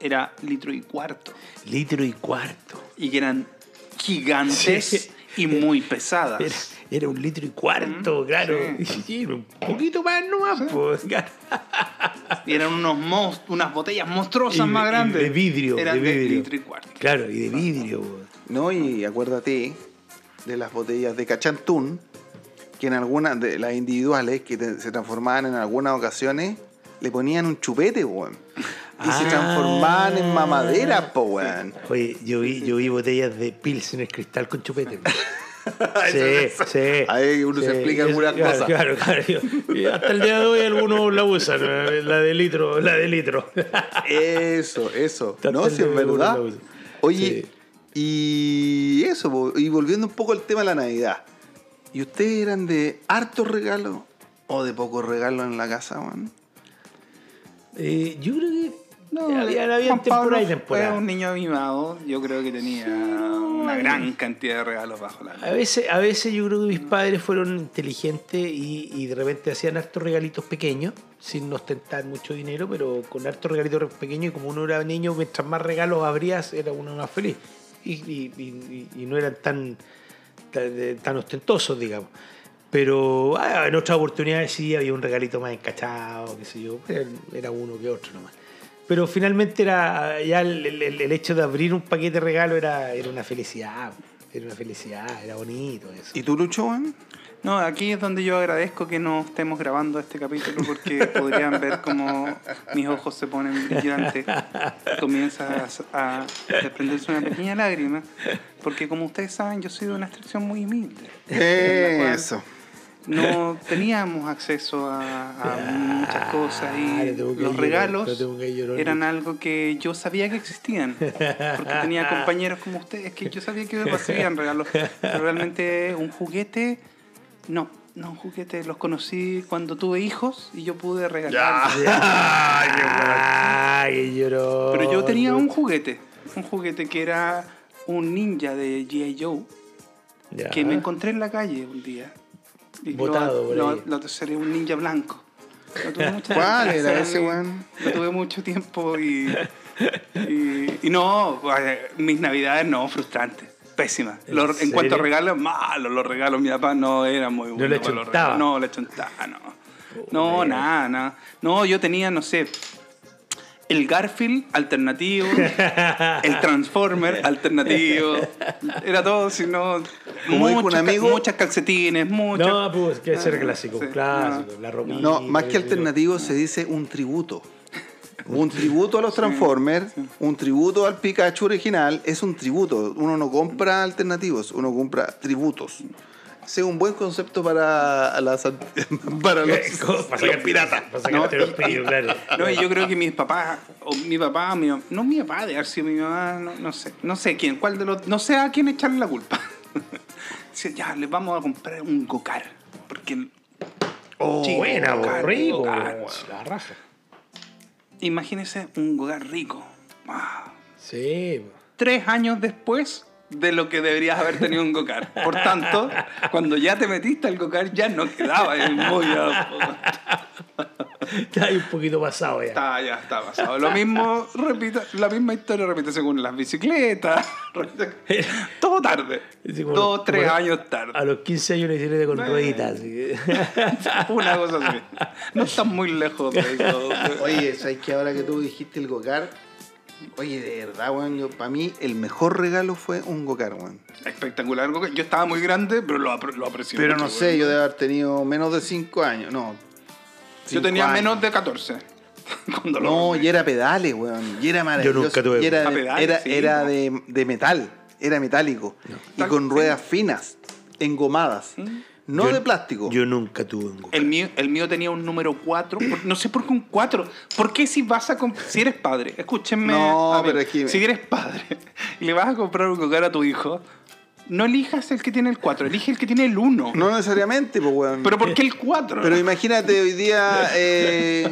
B: era litro y cuarto.
C: Litro y cuarto.
B: Y que eran gigantes
C: Sí.
B: y muy
C: Era,
B: pesadas.
C: era un litro y cuarto, claro. Y era un poquito más nomás, po, claro.
B: Y eran unos mos- unas botellas monstruosas
C: Y-
B: más
C: y
B: grandes.
C: de vidrio,
B: Eran
C: de vidrio.
B: litro y cuarto.
C: Claro, y de vidrio, pues. po.
D: No, y acuérdate de las botellas de cachantún, que en algunas, de las individuales, que te- se transformaban en algunas ocasiones, le ponían un chupete, weón. Y
C: Ah.
D: se transformaban en mamaderas, po, weón.
C: Oye, yo vi, yo vi botellas de Pilsener cristal con chupete. pues. Sí,
D: Eso-
C: sí.
D: Ahí uno se
C: sí.
D: explica
C: Es-
D: algunas
C: claro,
D: cosas.
C: Claro, claro. Yo- y hasta el día de hoy algunos la usan, eh, la de litro, la de litro.
D: Eso, eso.
C: Está
D: No, si es
C: terrible
D: verdad.
C: bueno, la cosa.
D: Oye, y eso, po, y volviendo un poco al tema de la Navidad. ¿Y ustedes eran de hartos regalos o de pocos regalos en la casa, weón?
C: Eh, yo creo que
B: No, eh,
C: había, había
B: Juan Pablo
C: temporada y
B: Fue un
C: temporada.
B: niño mimado. Yo creo que tenía una gran cantidad de regalos bajo la
C: A
B: mesa.
C: veces, a veces yo creo que mis padres fueron inteligentes y, y de repente hacían hartos regalitos pequeños, sin ostentar mucho dinero, pero con hartos regalitos pequeños y como uno era niño, mientras más regalos abrías, era uno más feliz. Y, y- y- y- y no eran tan, tan, eh, tan ostentosos, digamos. Pero ah, en otras oportunidades sí había un regalito más encachado, qué sé yo, era- era uno que otro nomás. Pero finalmente era ya el, el- el- el hecho de abrir un paquete de regalo era, era una felicidad, era una felicidad, era bonito eso.
D: ¿Y tú, Lucho, weón?
B: No, aquí es donde yo agradezco que no estemos grabando este capítulo porque podrían ver cómo mis ojos se ponen brillantes. Comienza a, a desprenderse una pequeña lágrima. Porque como ustedes saben, yo soy de una extracción muy humilde. en la cual
D: Eso.
B: No teníamos acceso a, a muchas cosas
C: Ah,
B: y
C: no tengo que
B: los
C: llorar, no
B: regalos
C: tengo que llorar.
B: eran algo que yo sabía que existían. Porque tenía compañeros como ustedes que yo sabía que recibían regalos. Pero realmente un juguete, no, no un juguete. Los conocí cuando tuve hijos y yo pude regalar.
C: Ay, qué llorón.
B: Pero yo tenía un juguete, un juguete que era un ninja de G.I. Joe.
C: Ya.
B: que me encontré en la calle un día. Y
C: Botado
B: lo,
C: por
B: lo,
C: ahí.
B: lo aterceré un ninja blanco. No tuve mucha-
D: ¿Cuál
B: o sea,
D: era ese,
B: ni-
D: weón?
B: No tuve mucho tiempo y. Y, y no, eh, mis navidades no, frustrantes. Pésimas.
C: ¿En
B: Los- en
C: serio?
B: cuanto a regalos, malos los regalos. Mi papá no era muy bueno.
C: le
B: para los
C: chuntaba.
B: regalos. No, le chuntaba, no. No, nada, nada. No, yo tenía, no sé, el Garfield alternativo, el Transformer alternativo. Era todo, sino.
D: Como dijo un
B: muchos ca-
D: amigo-
B: muchas calcetines, muchas.
C: No, pues que ser
B: Ah,
C: clásico,
B: sí,
C: clásico,
B: no.
C: la ropita.
D: No, más que
C: qué sé yo.
D: alternativo se dice un tributo. Un tributo a los Transformers, un tributo al Pikachu original, es un tributo. Uno no compra alternativos, uno compra tributos. Ese es un buen concepto para, las, para los,
C: Eh, co- para
D: los
C: sacar-
D: piratas.
C: Para sacarte los pillos, claro.
B: No, y yo creo que mis papás, o mi papá, o mi mam- no mi papá, de haber sido mi mamá, no, no sé, no sé quién, cuál de los, no sé a quién echarle la culpa. Dice, ya, les vamos a comprar un gocar, porque el-
C: Oh,
B: Sí,
C: buena, vos,
B: Gocar,
C: rico.
B: Gocar,
C: vos,
B: weón.
C: La raja.
B: imagínense un gocar rico. Ah,
C: Sí, vos.
B: Tres años después de lo que deberías haber tenido un gocar. Por tanto, cuando ya te metiste al gocar, ya no quedaba el muy
C: está ahí un poquito pasado ya.
B: Está, ya está pasado. Lo mismo, repito, la misma historia repite según las bicicletas. Todo tarde.
C: Sí, como-
B: Dos, tres
C: como-
B: años
C: A
B: tarde.
C: los 15 años una bicicleta con
B: Eh.
C: rueditas. así que-
B: Una cosa así. No estás muy lejos de eso.
D: Oye, ¿sabes que ahora que tú dijiste el Gocar? Oye, de verdad, weón, para mí el mejor regalo fue un Gocar, weón.
B: Espectacular. Goku. Yo estaba muy grande, pero lo, apro- lo aprecio.
D: Pero no
B: mucho,
D: sé,
B: güey.
D: yo debo haber tenido menos de 5 años, no.
B: Yo
D: cinco
B: tenía
D: años.
B: menos de 14. Cuando lo
D: No, y era pedales, weón. Y era maravilloso.
C: nunca tuve
D: Y era,
B: uno.
D: de-
B: Ah, pedales,
D: era,
B: sí,
D: era
B: no.
D: de, de metal. Era metálico. Y
B: Tal- Mm.
D: con ruedas finas, engomadas. No
C: Yo-
D: de plástico.
C: Yo nunca tuve un Goku.
B: El mío, el mío tenía un número 4. No sé por qué un 4. ¿Por qué si vas a comp- Si eres padre, escúchenme.
D: No,
B: a ver,
D: pero es que-
B: Si eres padre y le vas a comprar un cocar a tu hijo, no elijas el que tiene el 4, elige el que tiene el 1.
D: No necesariamente, pues, weón.
B: ¿Pero por qué el Este, 4?
D: Pero imagínate hoy día, eh,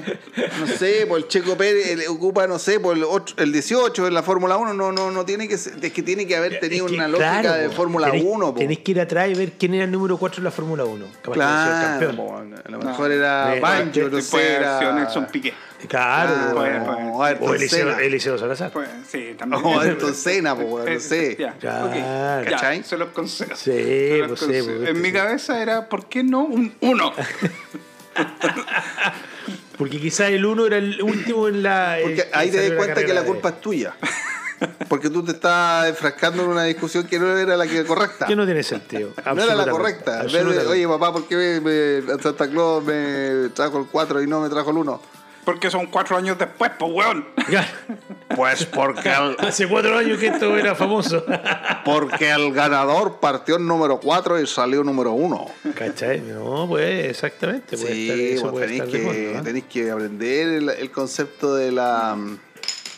D: no sé, por el Checo Pérez el- ocupa, no sé, por el, otro- el 18 en la Fórmula 1, no, no, no tiene que ser- es que tiene que haber tenido
C: Es que,
D: una lógica
C: claro,
D: de
C: po,
D: Fórmula
C: tenés-
D: 1, po.
C: Tenés que ir atrás y ver quién era el número 4 de la Fórmula 1. Capaz que haya sido el
D: Claro,
C: campeón.
D: po, weón. a lo mejor era
C: Eh,
D: Banjo, no
B: Después
D: sé,
B: Este haber sido
D: era...
B: pues, Nelson Piqué.
C: Claro.
D: Claro,
C: weón.
D: po, Ayrton
C: o Eliseo,
D: Senna.
C: Eliseo Salazar.
B: Pues, sí, también. Este,
D: No, Ayrton Senna, po, weón, Oh, no sé.
B: Ya,
C: Claro.
B: ok, ya,
D: ¿Cachai?
B: se los concedo.
C: Sí,
B: Se los
C: pues sí,
B: concedo.
C: pues,
B: En mi
C: sí.
B: cabeza era, ¿por qué no un 1?
C: Porque quizás el 1 era el último en la.
D: Porque
C: eh,
D: ahí te
C: salió
D: das
C: la
D: cuenta que
C: carrera
D: la
C: de-
D: culpa es tuya. Porque tú te estás enfrascando en una discusión que no era la que correcta.
C: Que no tiene sentido.
D: No era la
C: absolutamente,
D: correcta. En vez de,
C: absolutamente.
D: Oye, papá, ¿por qué me- me- Santa Claus me trajo el 4 y no me trajo el 1?
B: Porque son cuatro años después, pues, weón.
D: Pues porque el,
E: Hace cuatro años que esto era famoso.
D: porque el ganador partió en número 4 y salió número 1.
C: ¿Cachai? No, pues exactamente. Puede estar,
D: Sí,
C: eso
D: vos
C: puede
D: tenéis
C: estar de fondo,
D: que,
C: ¿ah?
D: tenéis que aprender el, el concepto de la mm,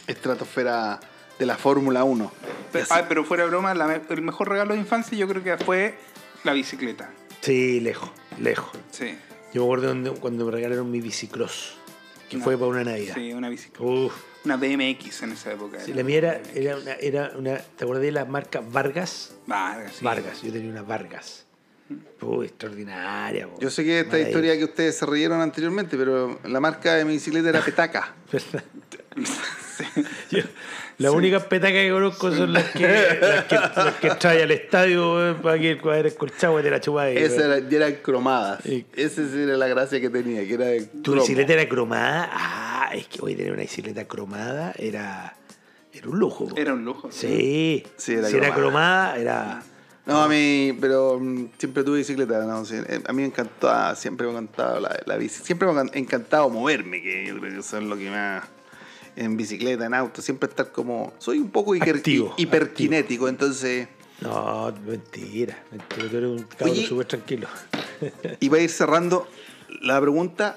D: estratosfera de la Fórmula 1.
B: Pero, ah, pero fuera de broma, la me- el mejor regalo de infancia yo creo que fue la bicicleta.
C: Sí, lejos, lejos.
B: Sí.
C: Yo me acuerdo donde- cuando me regalaron mi bicicross, que
B: Una-
C: fue para una Navidad.
B: Sí, una bicicleta.
C: Uf.
B: Una BMX en esa época.
C: Sí, la mía era, era, una, era una- ¿Te acordás de la marca Vargas?
B: Vargas. sí.
C: Vargas, yo tenía una Vargas. Uy, extraordinaria. po.
D: Yo sé que esta
C: Maravilla.
D: historia que ustedes se rieron anteriormente, pero la marca de mi bicicleta era Petaca.
C: ¿Verdad? Yo- la única petaca que conozco son las que, las que, las que trae al estadio weón, para que el cuadro escolchado de la chupada. ahí,
D: Esa
C: weón.
D: era, y eran cromadas.
C: Y-
D: Esa sí era la gracia que tenía, que era de
C: ¿Tu
D: cromo.
C: bicicleta era cromada? Ah, es que hoy tener una bicicleta cromada era, era un lujo. po.
B: Era un lujo.
C: Sí,
D: Sí, era
C: si era
D: cromada.
C: cromada, era...
D: No, a mí, pero mm, siempre tuve bicicleta. no, sí, eh, a mí me encantaba, siempre me encantaba la, la bici. Siempre me ha encan- encantado moverme, que yo creo que eso es lo que más. En bicicleta, en auto, siempre estar como. Soy un poco hiper-
C: Activo,
D: hi- hiperkinético, entonces.
C: No, mentira, mentira, tú eres un cabrón
D: Oye.
C: súper tranquilo.
D: Iba a ir cerrando la pregunta.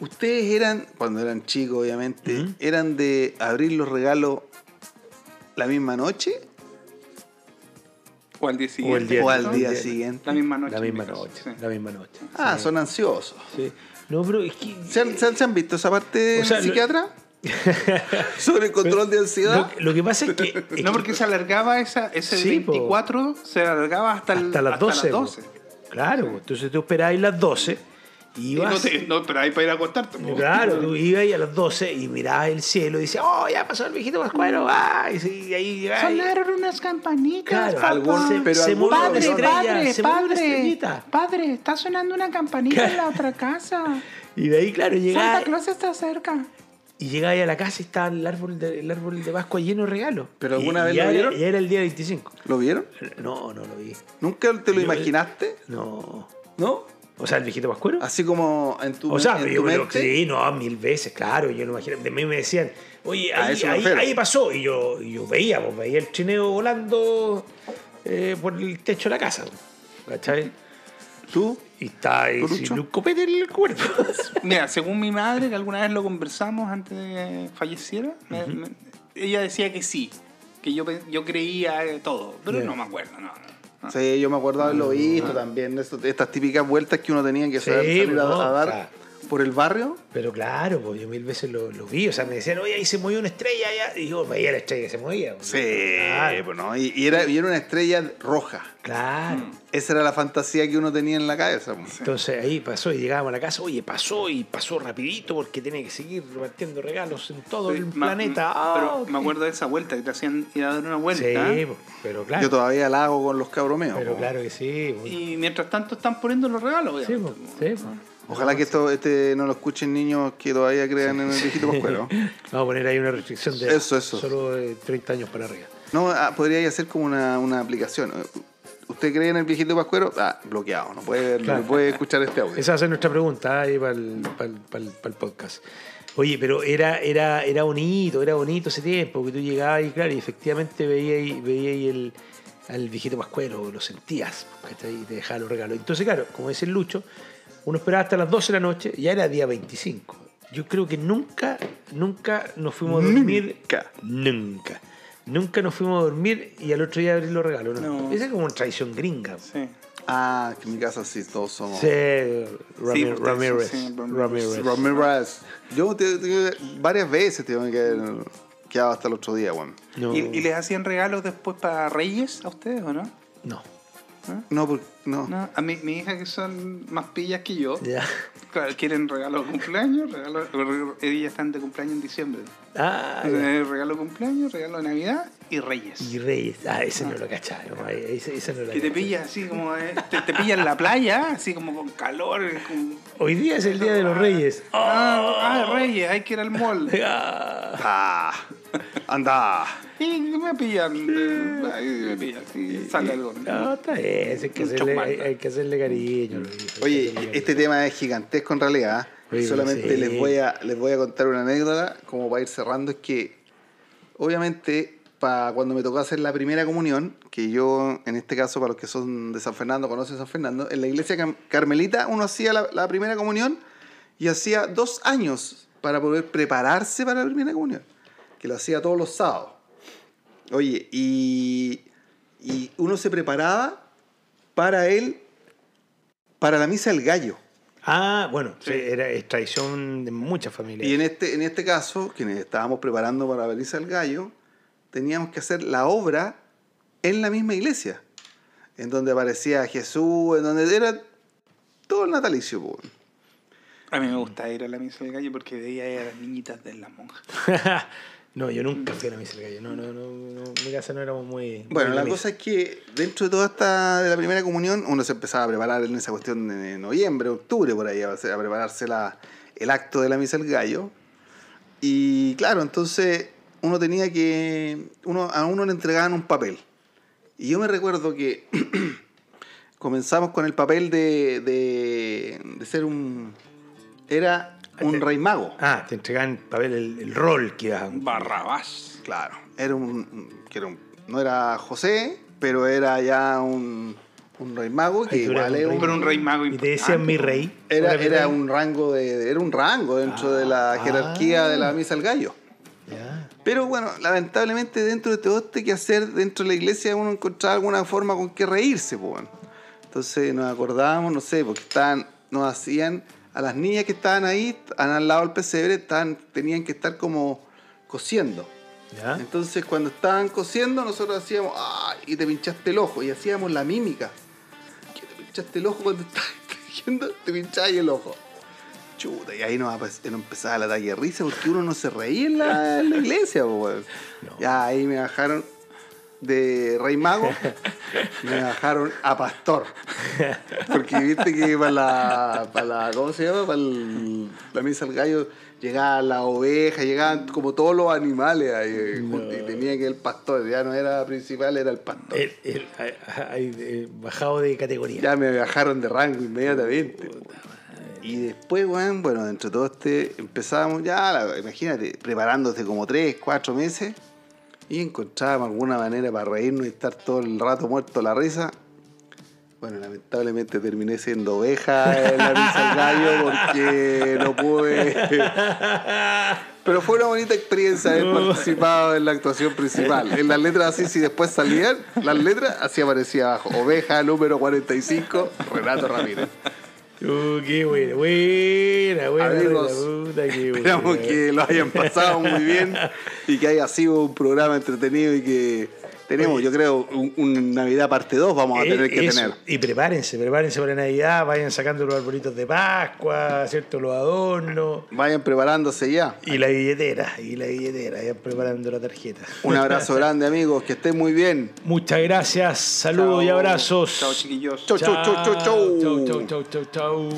D: Ustedes eran, cuando eran chicos, obviamente, eran de abrir los regalos la misma noche
B: O al día siguiente.
C: día-
D: o al
C: ¿no?
D: día
C: Bien.
D: siguiente.
B: La misma noche.
C: La
B: en
C: misma
B: mi caso,
C: noche,
B: sí.
C: la misma noche.
D: Ah, son ansiosos.
C: Sí. No, pero es que...
D: ¿Se han, se han- se han visto esa parte
C: O sea,
D: del
C: lo-
D: psiquiatra? Sobre el control de ansiedad.
C: Lo, lo que pasa es que... es
B: No,
C: que-
B: porque se alargaba esa, ese
C: Sí, po.
B: 24, se alargaba hasta, el-
C: hasta las 12. po.
B: 12.
C: Claro, po. entonces tú esperabas las 12 y
B: Y
C: ibas...
B: no, te- no, pero ahí para ir a acostarte. po.
C: Claro, tú ibas ahí a las 12 y mirabas el cielo y decías, oh, ya pasó el viejito Pascuero, ah, y sí, ahí... ay.
B: unas campanitas.
C: Claro,
B: papá.
D: algún-
C: se,
D: pero
C: se
D: algunos
C: murió una
D: Padre,
C: estrella, se murió una estrellita.
B: padre, está sonando una campanita en la otra casa.
C: Y de ahí, claro, llegaba
B: Claus está cerca.
C: y llegaba ahí a la casa y estaba el árbol de, el árbol de Pascua lleno de regalos.
D: ¿Pero
C: Y-
D: alguna vez
C: y ya
D: lo
C: era-
D: vieron?
C: Ya era el día 25.
D: ¿Lo vieron?
C: No, no lo vi.
D: ¿Nunca te lo
C: Yo-
D: imaginaste?
C: No.
D: ¿No?
C: O sea, el viejito Pascuero.
D: Así como en tu,
C: O sea,
D: Ah, en
C: yo
D: tu
C: me lo
D: mente.
C: sí, no, mil veces, claro, yo no imagino. De mí me decían, oye,
D: A
C: ahí,
D: eso me
C: ahí,
D: refiero.
C: ahí pasó. Y yo, y yo veía, pues, veía el trineo volando eh, por el techo de la casa. ¿Cachai?
D: ¿Tú?
C: Y está ahí
D: ¿Corucho?
C: sin un copete en el cuerpo.
B: Mira, según mi madre, que alguna vez lo conversamos antes de que falleciera, me- me- ella decía que sí, que yo, pe- yo creía eh, todo, pero
C: Bien.
B: no me acuerdo, no, no. no.
D: Sí, yo me acuerdo haberlo visto también. esto- estas típicas vueltas que uno tenía que
C: Sí,
D: salir a,
C: no,
D: a dar
C: o sea.
D: por el barrio.
C: Pero claro, pues yo mil veces lo, lo vi. O sea, me decían, oye, ahí se movió una estrella. allá". Y yo veía la estrella que se movía. pues.
D: Sí,
C: Claro.
D: pues, ¿no? y, y era, y era una estrella roja.
C: Claro.
B: Mm,
D: Esa era la fantasía que uno tenía en la cabeza. pues.
C: Entonces ahí pasó y llegábamos a la casa, oye, pasó y pasó rapidito porque tiene que seguir repartiendo regalos en todo
B: Sí,
C: el
B: ma-
C: planeta.
B: m-
C: Ah,
B: pero
C: ok.
B: me acuerdo de esa vuelta que te hacían ir a dar una
C: Sí,
B: vuelta. ¿eh?
C: po, pero claro.
D: Yo todavía la hago con los pues. cabromeos.
C: Pero
D: po.
C: claro que sí. po.
B: Y mientras tanto están poniendo los regalos,
C: Sí, po,
B: obviamente.
C: sí, po.
D: Ojalá que esto este no lo escuchen niños que todavía crean en el viejito pascuero.
C: Vamos a poner ahí una restricción de
D: Eso, eso.
C: solo de 30 años para arriba.
D: No, ah, podría hacer como una, una aplicación. ¿Usted cree en el viejito pascuero? Ah, bloqueado. No puede, verlo,
C: Claro.
D: no puede escuchar este audio.
C: Esa va a ser nuestra pregunta ahí para el, para el- para el- para el podcast. Oye, pero era, era, era bonito, era bonito ese tiempo que tú llegabas y claro, y efectivamente veías ahí- veías ahí el, al viejito pascuero, lo sentías, ¿cachai? y te dejaba los regalos. Entonces, claro, como dice el Lucho, uno esperaba hasta las 12 de la noche, ya era día 25. Yo creo que nunca, nunca nos fuimos a dormir.
D: Nunca.
C: Nunca. Nunca nos fuimos a dormir y al otro día abrir los regalos. ¿no?
B: No.
C: Esa es como una tradición gringa.
B: Sí.
D: Ah, que en mi casa sí, todos somos.
C: Sí, Rami-
B: porque-
C: Ramírez.
B: sí, Ramírez.
C: Ramírez.
D: Ramírez. Yo te- te- varias veces tuve que quedaba hasta el otro día, weón.
C: No.
B: ¿Y, y les hacían regalos después para Reyes a ustedes o no?
C: No.
D: No, porque no.
B: No, a mi, mi hija que son más pillas que yo,
C: Ya.
B: claro, quieren regalo de cumpleaños, regalo, ellas están de cumpleaños en diciembre.
C: Ah, ya.
B: Eh, regalo de cumpleaños, regalo de Navidad y Reyes.
C: Y Reyes. Ah, ese no lo cacharon. ahí, Ese, ese no lo
B: Que te
C: cacharon.
B: pillas así como, eh, te, te pilla en la playa, así como con calor. con-
C: Hoy día es el Día de los Reyes.
B: Ah, ah, Reyes, hay que ir al mall.
C: Ah.
D: Anda. Anda.
B: Y me pillan. eh, ahí me pillan. sí, sale algo.
C: No, está bien, es que
B: Un
C: hacerle,
B: chocmán.
C: hay, hay que hacerle cariño. Luis, hay que hacerle
D: Oye,
C: cariño.
D: este tema es gigantesco en realidad. ¿eh?
C: Oye,
D: Solamente
C: sí.
D: les voy a les voy a contar una anécdota como para ir cerrando es que obviamente para cuando me tocó hacer la primera comunión, que yo en este caso para los que son de San Fernando, conocen San Fernando, en la iglesia cam- carmelita uno hacía la, la primera comunión y hacía dos años para poder prepararse para la primera comunión, que lo hacía todos los sábados. Oye, y, y uno se preparaba para él, para la misa del gallo.
C: Ah, bueno, sí, era, es tradición de muchas familias.
D: Y en este, en este caso, quienes estábamos preparando para la misa del gallo, teníamos que hacer la obra en la misma iglesia, en donde aparecía Jesús, en donde era todo el natalicio. po.
B: A mí me gusta ir a la misa del gallo porque veía ahí a las niñitas de las monjas.
C: no, yo nunca fui a la misa del gallo. No, no, no, no, en mi casa no éramos muy.
D: Bueno,
C: muy
D: la
C: de
D: cosa
C: misa.
D: es que dentro de toda esta de la primera comunión, uno se empezaba a preparar en esa cuestión de noviembre, octubre, por ahí, a, hacer- a prepararse la- el acto de la misa del gallo. Y claro, entonces uno tenía que. Uno, a uno le entregaban un papel. Y yo me recuerdo que comenzamos con el papel de, de, de ser un. Era un rey mago.
C: Ah, te entregan papel el, el rol que ibas a.
B: Barrabás.
D: Claro, era un, que era un- no era José, pero era ya un, un rey mago que
C: Ay, tú eras
D: igual
C: un
D: es
C: rey
D: un-
B: Pero un rey mago
C: Y te decían mi rey.
D: era,
C: mi rey.
D: era un rango de era un rango dentro de la
C: Ah.
D: jerarquía de la misa al gallo.
C: Ya.
D: Pero bueno, lamentablemente dentro de todo este hacer dentro de la iglesia uno encontraba alguna forma con que reírse, pues. bueno. Entonces nos acordábamos, no sé, porque estaban, nos hacían, a las niñas que estaban ahí, al lado del pesebre, estaban, tenían que estar como cosiendo.
C: Ya.
D: Entonces cuando estaban cosiendo nosotros hacíamos ¡Ah! y te pinchaste el ojo y hacíamos la mímica. Que te pinchaste el ojo cuando estabas tejiendo, te pinchabas el ojo. Chuta, y ahí nos, apa- nos empezaba el ataque de risa porque uno no se reía en la, en la iglesia, po, weón. Ya ahí me bajaron de Rey Mago, me bajaron a Pastor. Porque viste que para la, para la ¿cómo se llama? Para el- la misa al gallo llegaba la oveja, llegaban como todos los animales ahí, y tenía que el pastor, ya no era principal, era el pastor.
C: El- el- ay, ay, eh, bajado de categoría.
D: Ya me bajaron de rango inmediatamente. Y después, weón, bueno, dentro de todo este, empezábamos ya, la- imagínate, preparándote como tres, cuatro meses y encontrábamos alguna manera para reírnos y estar todo el rato muerto a la risa. Bueno, lamentablemente terminé siendo oveja en la misa al gallo porque no pude. Pero fue una bonita experiencia haber participado en la actuación principal. En las letras así, si después salían las letras, así aparecía abajo. Oveja número 45, Renato Ramírez.
C: Uh, qué buena, buena, buena.
D: Amigos,
C: buena, puta, qué buena.
D: Esperamos que lo hayan pasado muy bien y que haya sido un programa entretenido y que tenemos, yo creo, un, un Navidad parte 2 vamos a
C: Eh,
D: tener que
C: eso.
D: tener.
C: Y prepárense, prepárense para Navidad, vayan sacando los arbolitos de Pascua, ¿cierto? Los adornos.
D: Vayan preparándose ya.
C: Y la billetera, y la billetera, vayan preparando la tarjeta.
D: Un abrazo grande, amigos. Que estén muy bien.
C: Muchas gracias, saludos y
B: Chao.
C: abrazos.
B: Chao, chiquillos.
D: Chau, chau, chau, chau, chau.
C: Chau, chau, chau, chau, chau.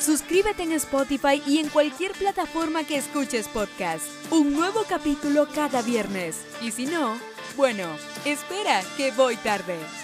A: Suscríbete en Spotify y en cualquier plataforma que escuches podcast. Un nuevo capítulo cada viernes. Y si no, bueno, espera que voy tarde.